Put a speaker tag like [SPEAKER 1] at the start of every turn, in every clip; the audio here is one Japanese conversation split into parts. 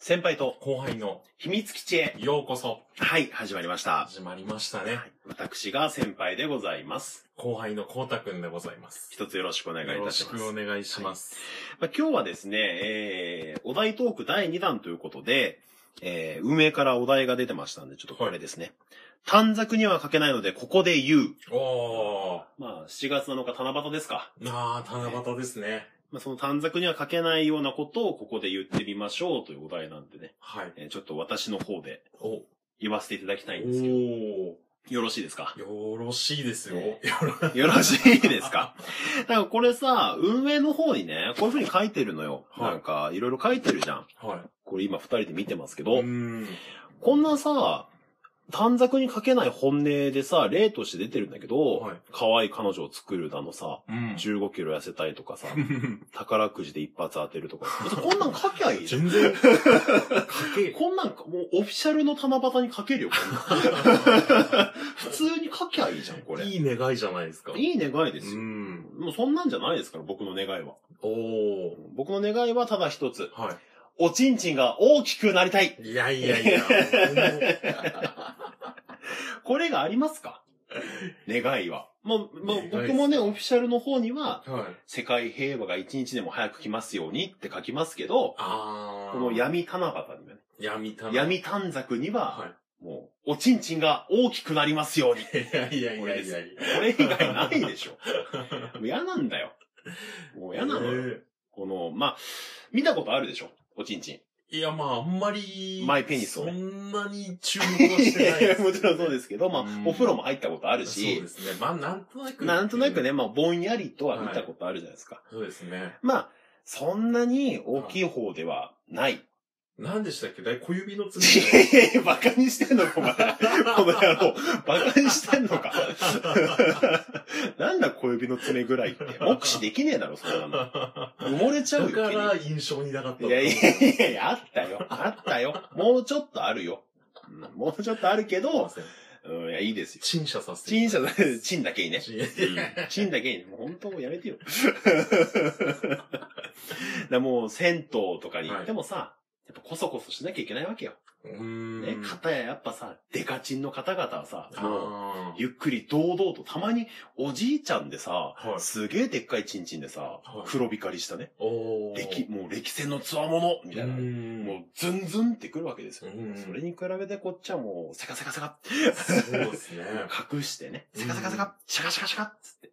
[SPEAKER 1] 先輩と
[SPEAKER 2] 後輩の
[SPEAKER 1] 秘密基地へ。
[SPEAKER 2] ようこそ
[SPEAKER 1] はい、始まりました。
[SPEAKER 2] 始まりました
[SPEAKER 1] は
[SPEAKER 2] ね
[SPEAKER 1] い。私が先輩でございます。
[SPEAKER 2] 後輩のこうたくんでございます
[SPEAKER 1] 一つよろしくお願いい
[SPEAKER 2] よろ
[SPEAKER 1] たし
[SPEAKER 2] し
[SPEAKER 1] ま
[SPEAKER 2] く
[SPEAKER 1] す。
[SPEAKER 2] お願いします、
[SPEAKER 1] まあ、今日はですね、えー、お題トーク第2弾ということで、えー、運営からお題が出てましたんで、ちょっとこれですね。短冊には書けないので、ここで言う。
[SPEAKER 2] お
[SPEAKER 1] まあ、7月7日七夕ですか。
[SPEAKER 2] ーあー七夕ですね
[SPEAKER 1] まあ、その短冊には書けないようなことをここで言ってみましょうというお題なんでね、
[SPEAKER 2] はい
[SPEAKER 1] えー、ちょっと私の方で
[SPEAKER 2] おお
[SPEAKER 1] 言わせていただきたいんですけど、
[SPEAKER 2] ー
[SPEAKER 1] よろしいですか
[SPEAKER 2] よろしいですよ、
[SPEAKER 1] え
[SPEAKER 2] よろ
[SPEAKER 1] よろしいですか だからこれさ、運営の方にね、こういう風に書いてるのよ。
[SPEAKER 2] はい
[SPEAKER 1] なんか、いろいろ書いてるじゃん。
[SPEAKER 2] はい
[SPEAKER 1] これ今二人で見てますけ
[SPEAKER 2] う
[SPEAKER 1] ど、
[SPEAKER 2] ーん
[SPEAKER 1] こんなさ、短冊に書けない本音でさ、例として出てるんだけど、
[SPEAKER 2] はい
[SPEAKER 1] 可愛い彼女を作るだのさ、
[SPEAKER 2] うん
[SPEAKER 1] 15キロ痩せたいとかさ、
[SPEAKER 2] うん
[SPEAKER 1] 宝くじで一発当てると か。別にこんなん書きゃいいじゃん。
[SPEAKER 2] 全然かけ
[SPEAKER 1] こんなんか、もうオフィシャルの七夕に書ける よ、こんなん普通に書きゃいいじゃん、これ。
[SPEAKER 2] いい願いじゃないですか
[SPEAKER 1] いい願いですよ
[SPEAKER 2] う。ん
[SPEAKER 1] もうそんなんじゃないですから、僕の願いは。
[SPEAKER 2] おお
[SPEAKER 1] 僕の願いはただ一つ。
[SPEAKER 2] は
[SPEAKER 1] おちんちんが大きくなりたい。
[SPEAKER 2] いいやいやいや
[SPEAKER 1] これがありますか願いは。もう、もう
[SPEAKER 2] 願い
[SPEAKER 1] 僕もね、オフィシャルの方には、
[SPEAKER 2] はい
[SPEAKER 1] 世界平和が一日でも早く来ますようにって書きますけど、
[SPEAKER 2] ああ
[SPEAKER 1] この闇七夕にはね、
[SPEAKER 2] 闇た
[SPEAKER 1] 闇短冊には、
[SPEAKER 2] は
[SPEAKER 1] もう、おちんちんが大きくなりますように。
[SPEAKER 2] い。いやいやいやいやいや。
[SPEAKER 1] これ以外ないでし ょ。もう嫌なんだよ。もう嫌なのよ。
[SPEAKER 2] え
[SPEAKER 1] この、まあ、見たことあるでしょおちんちん。
[SPEAKER 2] ーいや、まあ、あんまり、
[SPEAKER 1] マイペニスを
[SPEAKER 2] そ
[SPEAKER 1] ね
[SPEAKER 2] んなに注目はしてない、
[SPEAKER 1] もちろんそうですけど、まあ
[SPEAKER 2] う、ん
[SPEAKER 1] お風呂も入ったことあ
[SPEAKER 2] そ
[SPEAKER 1] る
[SPEAKER 2] う
[SPEAKER 1] し、
[SPEAKER 2] ですね。まあ、なんとなく。
[SPEAKER 1] なんとなくね、。まあ、ぼんやりとは見たことあるじゃないですか。
[SPEAKER 2] そうですね。
[SPEAKER 1] まあ、そんなに大きい方ではない。
[SPEAKER 2] 何でしたっけだい小指の爪。
[SPEAKER 1] バカにしてんのか、お前。この野郎。バカにしてんの か。なんだ小指の爪ぐらいって。目視できねえだろ、そんなの。
[SPEAKER 2] だ
[SPEAKER 1] 埋もれちゃうよ。
[SPEAKER 2] から印象になかっ
[SPEAKER 1] 毛
[SPEAKER 2] た
[SPEAKER 1] にいやいやいやいや、あったよ。あったよ。もうちょっとあるよ。うんもうちょっとあるけど、
[SPEAKER 2] すいません
[SPEAKER 1] うん、いや、いいですよ。
[SPEAKER 2] 陳謝させて。
[SPEAKER 1] チン社、チンだけいいね。
[SPEAKER 2] 陳謝。いや
[SPEAKER 1] チンだけに、もう本当やめ てよ。だもう銭湯とかに行ってもさ、やっぱこそこそしなきゃいけないわけよ。
[SPEAKER 2] うーん。
[SPEAKER 1] ね、方ややっぱさ、デカチンの方々はさ、もう、
[SPEAKER 2] あー
[SPEAKER 1] ゆっくり堂々と、たまにおじいちゃんでさ、
[SPEAKER 2] はい
[SPEAKER 1] すげえでっかいチンチンでさ、
[SPEAKER 2] はい
[SPEAKER 1] 黒光りしたね、
[SPEAKER 2] おー
[SPEAKER 1] 歴、もう歴戦の強者みたいな、
[SPEAKER 2] うーん
[SPEAKER 1] もうズンズンってくるわけですよ。
[SPEAKER 2] うん
[SPEAKER 1] それに比べてこっちはもう、セカセカセカ
[SPEAKER 2] そうですね。
[SPEAKER 1] 隠してね、サカサカサカ、シャカシャカシャカっつって、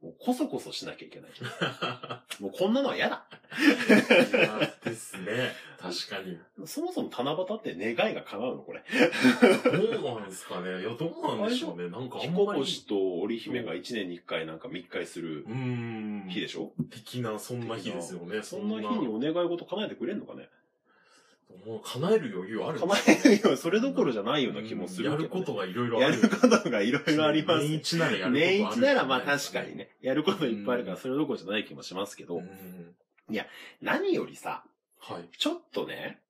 [SPEAKER 1] もうこそこそしなきゃい けない。もうこんなのは嫌だ。
[SPEAKER 2] いやですね。確かに。
[SPEAKER 1] そもそも七夕って願いが叶うのこれ。
[SPEAKER 2] どうなんですかねいや、どうなんでしょうね。なんかあ
[SPEAKER 1] 彦
[SPEAKER 2] んまり。
[SPEAKER 1] 星と織姫が一年に一回なんか密会する
[SPEAKER 2] うーん。
[SPEAKER 1] 日でしょ、
[SPEAKER 2] 的な、そんな日ですよね。
[SPEAKER 1] そんな日にお願い事叶えてくれんのかね
[SPEAKER 2] もう叶える余裕あるん
[SPEAKER 1] 叶
[SPEAKER 2] ですか
[SPEAKER 1] えるよ。それどころじゃないような気もする
[SPEAKER 2] や
[SPEAKER 1] けど、
[SPEAKER 2] ることがいろいろ
[SPEAKER 1] や
[SPEAKER 2] ある。
[SPEAKER 1] ることがいろいろあります。
[SPEAKER 2] 年一ならやることある。
[SPEAKER 1] 年一ならまあ確かに。ね、やることいっぱいあるから、
[SPEAKER 2] うん
[SPEAKER 1] それどころじゃない気もしますけど、
[SPEAKER 2] うん。
[SPEAKER 1] 何よりさ、
[SPEAKER 2] はい。
[SPEAKER 1] ちょっとね、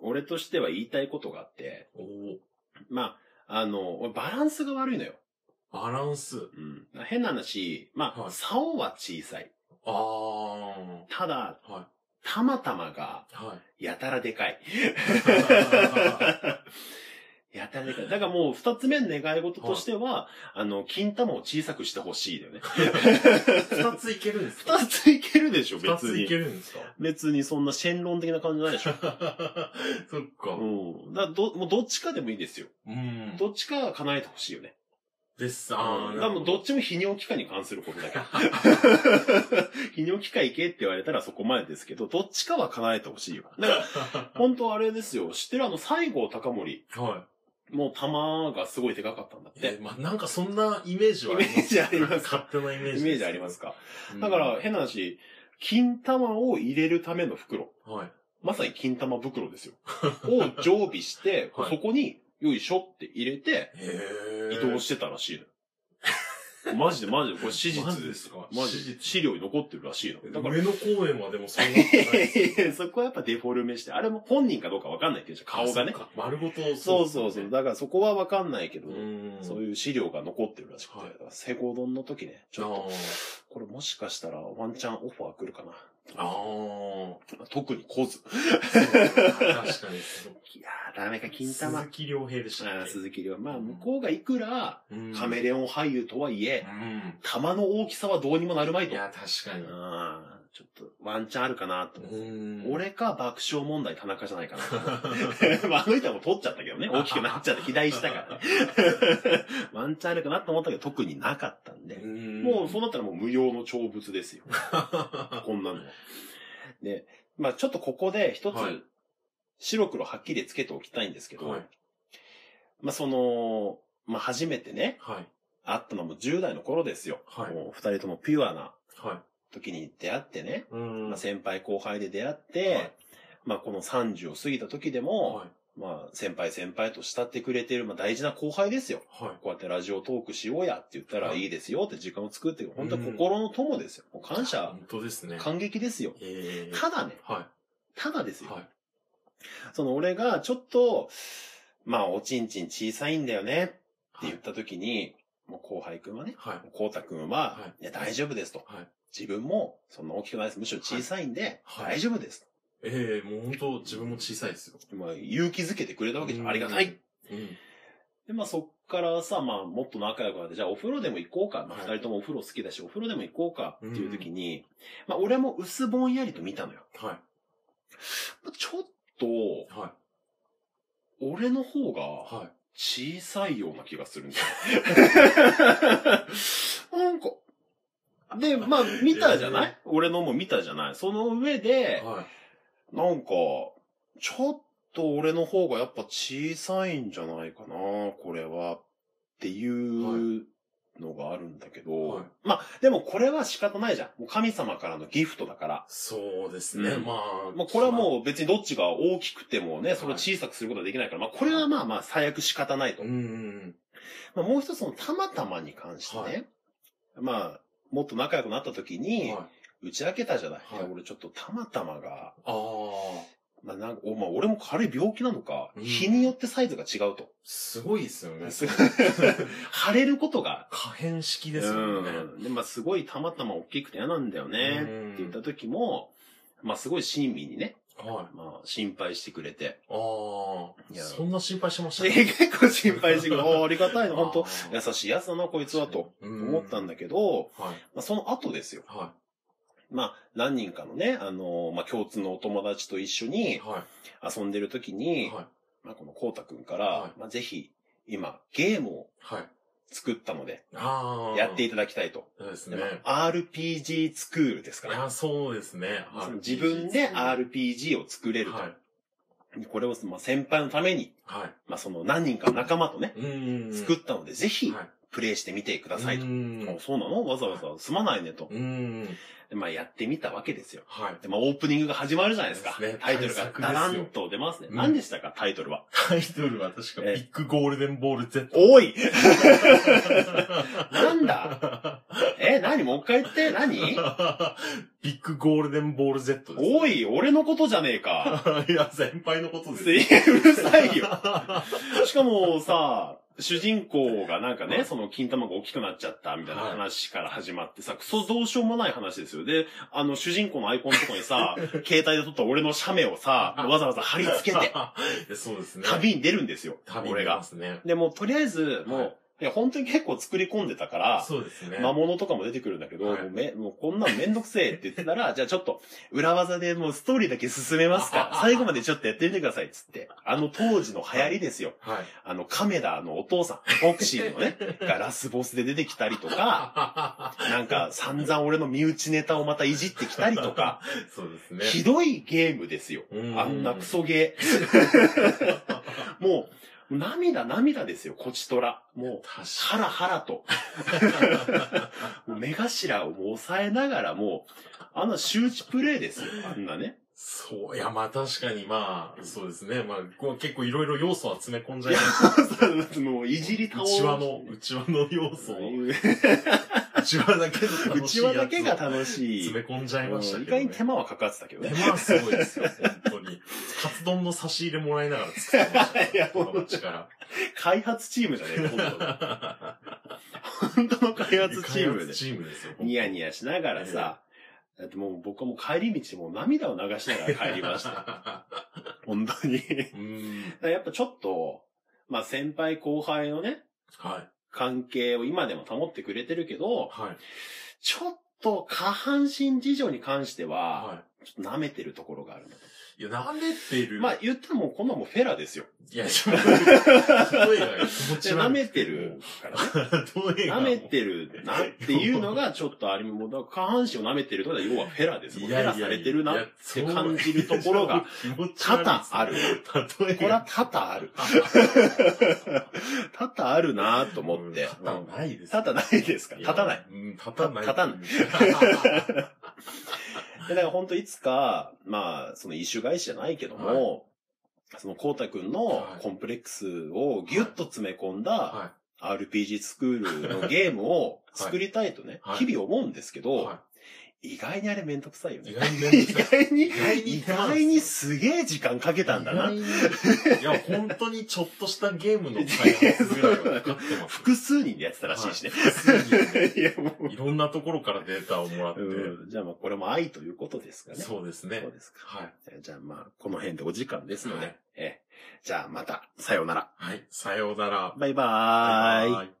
[SPEAKER 1] 俺としては言いたいことがあって、
[SPEAKER 2] おー
[SPEAKER 1] まあ、あの、俺バランスが悪いのよ。
[SPEAKER 2] バランス。
[SPEAKER 1] うん。変な話、まあ、
[SPEAKER 2] はい
[SPEAKER 1] 竿は小さい。
[SPEAKER 2] あー。
[SPEAKER 1] ただ、
[SPEAKER 2] は
[SPEAKER 1] たまたまが、
[SPEAKER 2] い。 はい。
[SPEAKER 1] やたらでかい。
[SPEAKER 2] あ
[SPEAKER 1] やたらでかい。だからもう、二つ目の願い事としては、あの、金玉を小さくしてほしいだよね。
[SPEAKER 2] ー二ついけるんです か
[SPEAKER 1] 二ついけるでしょ、
[SPEAKER 2] 二
[SPEAKER 1] 別
[SPEAKER 2] つい
[SPEAKER 1] に
[SPEAKER 2] け。るんですか
[SPEAKER 1] 別にそんなシェンロン的な感じないでし
[SPEAKER 2] そ
[SPEAKER 1] ょ
[SPEAKER 2] っ。 か。
[SPEAKER 1] うん。だからど、もうどっちかでもいいですよ。
[SPEAKER 2] うん。
[SPEAKER 1] どっちかは叶えてほしいよね。
[SPEAKER 2] です。
[SPEAKER 1] あ
[SPEAKER 2] あ
[SPEAKER 1] あ、
[SPEAKER 2] ー
[SPEAKER 1] だからもうどっ
[SPEAKER 2] ち
[SPEAKER 1] ちも泌尿器科に関することだ けど。泌尿器科行けって言われたらそこまでですけど、どっちかは叶えてほしいよ。だから、本当あれですよ。知ってるあの、西郷隆盛。
[SPEAKER 2] はい。
[SPEAKER 1] もう玉がすごいでかかったんだっ
[SPEAKER 2] え
[SPEAKER 1] て。
[SPEAKER 2] まあ、なんかそんなイメージはありま
[SPEAKER 1] イ
[SPEAKER 2] す。
[SPEAKER 1] メージあります
[SPEAKER 2] 勝手なイメージ。
[SPEAKER 1] イメージあります。か、
[SPEAKER 2] うん
[SPEAKER 1] だから、、変な話、金玉を入れるための袋。
[SPEAKER 2] はい。
[SPEAKER 1] まさに金玉袋 ですよ。を常備して、
[SPEAKER 2] はい
[SPEAKER 1] そこに、よいしょって入れて、
[SPEAKER 2] へ
[SPEAKER 1] 移動してたらしいのよ。 マジでマジで、これ史実
[SPEAKER 2] マジ
[SPEAKER 1] で
[SPEAKER 2] ですす
[SPEAKER 1] よ。
[SPEAKER 2] か
[SPEAKER 1] マジ
[SPEAKER 2] 史
[SPEAKER 1] で
[SPEAKER 2] 実
[SPEAKER 1] 資料に残ってるらしいの。だから
[SPEAKER 2] 上野公園はでもそうなってないです
[SPEAKER 1] いやいやそこはやっぱデフォルメして、あれも本人かどうかわかんないけど、 顔がね
[SPEAKER 2] あ。そうか丸ごと。
[SPEAKER 1] そうそうそう。。だからそこはわかんないけど
[SPEAKER 2] う、ん。
[SPEAKER 1] そう
[SPEAKER 2] う。
[SPEAKER 1] いう資料が残ってるらしくて、
[SPEAKER 2] はい
[SPEAKER 1] だからセコ丼の時ね、ち
[SPEAKER 2] あ
[SPEAKER 1] ょっと、
[SPEAKER 2] ー
[SPEAKER 1] これもしかしたらワンチャンオファー来るかな。
[SPEAKER 2] ああ。
[SPEAKER 1] 特に小津。
[SPEAKER 2] 確かに。
[SPEAKER 1] いやー、ダメか、金玉。
[SPEAKER 2] 鈴木亮平でし
[SPEAKER 1] あ
[SPEAKER 2] た
[SPEAKER 1] ー
[SPEAKER 2] っけ
[SPEAKER 1] 鈴木亮。まあ、
[SPEAKER 2] うん
[SPEAKER 1] 向こうがいくら、
[SPEAKER 2] うん
[SPEAKER 1] カメレオン俳優とはいえ、
[SPEAKER 2] う
[SPEAKER 1] 玉の大きさはどうにもなるまい
[SPEAKER 2] ん。い
[SPEAKER 1] と。
[SPEAKER 2] や、確かに。
[SPEAKER 1] あーちょっと、ワンチャンあるかなと。
[SPEAKER 2] うん。
[SPEAKER 1] 俺か爆笑問題田中じゃないかな。 まあ、あの人はもう取っちゃったけどね。大きくなっちゃって、肥大したからね。 ワンチャンあるかなと思ったけど、特になかったんで。もう、そうなったらもう無用の長物ですよ。 こんなのは。で、まあちょっとここで一つ
[SPEAKER 2] はい、
[SPEAKER 1] 白黒はっきりつけておきたいんですけど、
[SPEAKER 2] はい。
[SPEAKER 1] まあその、まあ初めてね、
[SPEAKER 2] はい。
[SPEAKER 1] 会ったのも10代の頃ですよ。
[SPEAKER 2] はい
[SPEAKER 1] もう二人ともピュアな
[SPEAKER 2] はい。
[SPEAKER 1] 時に出会ってね、
[SPEAKER 2] うん
[SPEAKER 1] まあ先輩後輩で出会っ
[SPEAKER 2] は
[SPEAKER 1] て、
[SPEAKER 2] い
[SPEAKER 1] まあこの30を過ぎた時でも、
[SPEAKER 2] はい。
[SPEAKER 1] まあ先輩先輩と慕ってくれてる、まあ大事な後輩ですよ。
[SPEAKER 2] はい。
[SPEAKER 1] こうやってラジオトークしようやって言ったら
[SPEAKER 2] はい
[SPEAKER 1] いいですよって時間を作って、本当は心の友ですよ。もう感謝、
[SPEAKER 2] 本当ですね。
[SPEAKER 1] 感激ですよ。
[SPEAKER 2] ええ。
[SPEAKER 1] ただね、
[SPEAKER 2] は
[SPEAKER 1] ただです
[SPEAKER 2] い。
[SPEAKER 1] よ。
[SPEAKER 2] はい。
[SPEAKER 1] その俺がちょっと、まあ、おちんちん小さいんだよねって
[SPEAKER 2] はい
[SPEAKER 1] 言った時に、もう後輩くんはね、
[SPEAKER 2] はい。
[SPEAKER 1] こうたくんは、、
[SPEAKER 2] はい
[SPEAKER 1] や、大丈夫ですと。
[SPEAKER 2] はい
[SPEAKER 1] 自分もそんな大きくないです。むしろ小さいんで、
[SPEAKER 2] はいはい
[SPEAKER 1] 大丈夫です。
[SPEAKER 2] ええ、もう本当自分も小さいですよ。
[SPEAKER 1] まあ、勇気づけてくれたわけじゃん。ありがたい。
[SPEAKER 2] うん。
[SPEAKER 1] で、まあ、そっからさ、まあ、もっと仲良くなって、じゃあお風呂でも行こうか。まあ、
[SPEAKER 2] はい
[SPEAKER 1] 二人ともお風呂好きだし、お風呂でも行こうかっていう時に、まあ、俺も薄ぼんやりと見たのよ。
[SPEAKER 2] は
[SPEAKER 1] ちょっと
[SPEAKER 2] い。、は
[SPEAKER 1] 俺の方が、
[SPEAKER 2] い。はい。
[SPEAKER 1] 小さいような気がするん だよ。なんか。で、まあ、見たじゃない、
[SPEAKER 2] え
[SPEAKER 1] 俺のも見たじゃないその上で、
[SPEAKER 2] はい。
[SPEAKER 1] なんか、ちょっと俺の方がやっぱ小さいんじゃないかな、これは。っていうのがあるんだけど。
[SPEAKER 2] はい
[SPEAKER 1] まあ、でもこれは仕方ないじゃん。もう神様からのギフトだから。
[SPEAKER 2] そうですね。
[SPEAKER 1] うん
[SPEAKER 2] まあ。
[SPEAKER 1] まあ、これはもう別にどっちが大きくてもね、それを小さくすることはできないから、まあ、これはまあまあ最悪仕方ないと
[SPEAKER 2] う。ん。
[SPEAKER 1] まあ、もう一つのたまたまに関してね、
[SPEAKER 2] はい
[SPEAKER 1] まあ、もっと仲良くなった時
[SPEAKER 2] はい。
[SPEAKER 1] に、
[SPEAKER 2] あ
[SPEAKER 1] 打ち明けたじゃない。
[SPEAKER 2] はい
[SPEAKER 1] いや俺ちょっとたまたまが、
[SPEAKER 2] あ。
[SPEAKER 1] まあなんか、おまあ、俺も軽い病気なのか、
[SPEAKER 2] うん
[SPEAKER 1] 日によってサイズが違うと。
[SPEAKER 2] すごいですよ ね。
[SPEAKER 1] すごい腫れることが。
[SPEAKER 2] 可変式ですよね。
[SPEAKER 1] うんで、まあすごいたまたま大きくて嫌なんだよね、って言った時も、まあすごい親身にね、
[SPEAKER 2] はい。
[SPEAKER 1] まあ心配してくれて。
[SPEAKER 2] あ
[SPEAKER 1] いや
[SPEAKER 2] あ。そんな心配してました
[SPEAKER 1] で 結構心配してくれて、 おーありがたいな、本当優
[SPEAKER 2] 当
[SPEAKER 1] しいやつだな、こいつは、と思ったんだ
[SPEAKER 2] け
[SPEAKER 1] けど、
[SPEAKER 2] ど。はい。
[SPEAKER 1] まあその後ですよ。
[SPEAKER 2] は
[SPEAKER 1] まあ、何人かのね、あのーまあ、共通のお友達と一緒
[SPEAKER 2] い。
[SPEAKER 1] に
[SPEAKER 2] は
[SPEAKER 1] 遊んでる時
[SPEAKER 2] い。
[SPEAKER 1] に、
[SPEAKER 2] はい。
[SPEAKER 1] まあ、このこうたくんから、
[SPEAKER 2] は
[SPEAKER 1] まあ、ぜひ、今、ゲームを
[SPEAKER 2] はい。
[SPEAKER 1] 作ったので、
[SPEAKER 2] ああ。
[SPEAKER 1] やって
[SPEAKER 2] い
[SPEAKER 1] いただきたいと。
[SPEAKER 2] そうです
[SPEAKER 1] で
[SPEAKER 2] ね。
[SPEAKER 1] まあ RPG スクールですか
[SPEAKER 2] い
[SPEAKER 1] ら。
[SPEAKER 2] や、そうですね。
[SPEAKER 1] その自分で RPG を作れると。
[SPEAKER 2] はい。
[SPEAKER 1] これを、まあ、先輩のために、
[SPEAKER 2] はい。
[SPEAKER 1] まあ、その何人かの仲間とね、
[SPEAKER 2] うん。
[SPEAKER 1] 作ったので、ぜひ、
[SPEAKER 2] はい。
[SPEAKER 1] プレイしてみてくださいと。
[SPEAKER 2] うん。
[SPEAKER 1] あそうなのわざわざすまないねと。
[SPEAKER 2] うん。
[SPEAKER 1] でまあ、やってみたわけですよ。
[SPEAKER 2] はい。
[SPEAKER 1] でまあ、オープニングが始まるじゃないですか。
[SPEAKER 2] ですね
[SPEAKER 1] タイトルが
[SPEAKER 2] 大作で
[SPEAKER 1] ダ
[SPEAKER 2] すよ
[SPEAKER 1] ランと出ますね。
[SPEAKER 2] うん
[SPEAKER 1] 何でしたか、タイトルは。
[SPEAKER 2] タイトルは確かビ
[SPEAKER 1] え
[SPEAKER 2] ッグゴールデンボール Z。
[SPEAKER 1] おいなん
[SPEAKER 2] だ
[SPEAKER 1] え、何もう一回言って何
[SPEAKER 2] ビッグゴールデンボール Z です。
[SPEAKER 1] おい俺のことじゃねえか。
[SPEAKER 2] いや、先輩のことです
[SPEAKER 1] す。 いえうるさいよ。 しかもさ、主人公がなんか
[SPEAKER 2] は
[SPEAKER 1] ね、
[SPEAKER 2] い
[SPEAKER 1] その金玉が大きくなっちゃったみたいな話から始まってさ、クソどうしようもない話ですよ。で、あの主人公のアイコンのとこに さ、携帯で撮った俺の写メをさ、わざわざ貼り 付けて、
[SPEAKER 2] いやそうですね。
[SPEAKER 1] 旅に出るんですよ。
[SPEAKER 2] 旅
[SPEAKER 1] 俺
[SPEAKER 2] 出ま
[SPEAKER 1] が。
[SPEAKER 2] すね。
[SPEAKER 1] で、もうとりあえず、もう、
[SPEAKER 2] はい
[SPEAKER 1] い、や、本当に結構作り込んでたから、
[SPEAKER 2] そうですね。
[SPEAKER 1] 魔物とかも出てくるんだけど、
[SPEAKER 2] はい
[SPEAKER 1] もうめ、もうこんなんめんどくせえって言ってた ら、じゃあちょっと裏技でもうストーリーだけ進めますから、 最後までちょっとやってみてくださいっつって。あの当時の流行りですよ。
[SPEAKER 2] はい。
[SPEAKER 1] あのカメラのお父さん、ボクシーのね、がラスボスで出てきたりとか、なんか散々俺の身内ネタをまたいじってきたりとか、
[SPEAKER 2] そうですね。
[SPEAKER 1] ひどいゲームですよ。
[SPEAKER 2] う
[SPEAKER 1] あんなク。ソゲー。もう、涙涙ですよ、こちとら。もう、
[SPEAKER 2] 確
[SPEAKER 1] ハラハラと。 もう目頭をもう抑えながらもう、あんな周知プレイですよ、あんなね。
[SPEAKER 2] そう、いや、まあ確かにまあ、そうですね。まあ、こう結構いろいろ要素は詰め込んじゃ
[SPEAKER 1] い
[SPEAKER 2] い
[SPEAKER 1] や
[SPEAKER 2] ます。
[SPEAKER 1] もういじり倒
[SPEAKER 2] 内輪の、内輪の要素を。内輪だけの
[SPEAKER 1] う
[SPEAKER 2] 楽し
[SPEAKER 1] ち
[SPEAKER 2] いや
[SPEAKER 1] わ
[SPEAKER 2] つ
[SPEAKER 1] だけが
[SPEAKER 2] を
[SPEAKER 1] 楽しい。
[SPEAKER 2] 詰め込んじゃいました
[SPEAKER 1] うん
[SPEAKER 2] け
[SPEAKER 1] 意
[SPEAKER 2] ど、
[SPEAKER 1] 外
[SPEAKER 2] ね。
[SPEAKER 1] に手間はかかってたけどね。
[SPEAKER 2] 手間はすごいですよ、本当に。カツ丼の差し入れもらいながら作ってました、
[SPEAKER 1] いやもう
[SPEAKER 2] 友達から。
[SPEAKER 1] 開発チームじゃねえか本当の。本当の開発チーム
[SPEAKER 2] 開
[SPEAKER 1] で
[SPEAKER 2] 発。チームですよ。
[SPEAKER 1] ニヤニヤしながらさ、だってもう僕はもう帰り道でもう涙を流しながら帰りま した。
[SPEAKER 2] た。
[SPEAKER 1] 本当に。だか
[SPEAKER 2] うん。
[SPEAKER 1] らやっぱちょっと、まあ先輩後輩のね、
[SPEAKER 2] はい。
[SPEAKER 1] 関係を今でも保ってくれてるけど、
[SPEAKER 2] はい。
[SPEAKER 1] ちょっと下半身事情に関しては、
[SPEAKER 2] は
[SPEAKER 1] ちょっと舐めてるところがあるなと。
[SPEAKER 2] い。いや、舐めてる。
[SPEAKER 1] まあ、言ったらもうこんなもんフェラですよ。
[SPEAKER 2] いや、ちょっと、どういうの気持
[SPEAKER 1] い
[SPEAKER 2] ち
[SPEAKER 1] や
[SPEAKER 2] 悪い
[SPEAKER 1] 舐めて る。からね。
[SPEAKER 2] どういうの
[SPEAKER 1] 舐めてるなっていうのがちょっとあれも、だから下半身を舐めてるとか要はフェラです。もうフェラされてるなって感じるところが、多々ある。
[SPEAKER 2] 例え
[SPEAKER 1] これは多々ある。多々あるなと思って。
[SPEAKER 2] 多々ないです。
[SPEAKER 1] 多々ないですか
[SPEAKER 2] いや
[SPEAKER 1] 立たない。。
[SPEAKER 2] うん、立たない。。
[SPEAKER 1] 立たないで、だから本当いつか、まあ、その一種返しじゃないけども、その光太くんの
[SPEAKER 2] はい
[SPEAKER 1] コンプレックスをギュッと詰め込んだ
[SPEAKER 2] は
[SPEAKER 1] RPG スクールのゲームを作りたいとね、
[SPEAKER 2] はい
[SPEAKER 1] 日々思うんですけ
[SPEAKER 2] い。
[SPEAKER 1] ど、
[SPEAKER 2] は
[SPEAKER 1] 意外にあれめんどくさいよ
[SPEAKER 2] い。
[SPEAKER 1] ね
[SPEAKER 2] 意。外に面
[SPEAKER 1] 意
[SPEAKER 2] 倒くさい
[SPEAKER 1] 外に、
[SPEAKER 2] 意外に
[SPEAKER 1] 意外にすげえ時間かけたんだな。
[SPEAKER 2] 意外にいや、本当にちょっとしたゲームの開発ぐらいはかかってます。
[SPEAKER 1] 複数人でやってたらしいしね。
[SPEAKER 2] はい
[SPEAKER 1] いやもう
[SPEAKER 2] いろんなところからデータをもらって。
[SPEAKER 1] うんじゃあまあこれも愛ということですかね。
[SPEAKER 2] そうです
[SPEAKER 1] そ
[SPEAKER 2] ね
[SPEAKER 1] う。ですか。
[SPEAKER 2] はい。
[SPEAKER 1] じゃあまあ、この辺でお時間ですので、
[SPEAKER 2] はい
[SPEAKER 1] ええじゃあまた、さようなら。
[SPEAKER 2] はい。さようなら。
[SPEAKER 1] バイバーイ。
[SPEAKER 2] イ。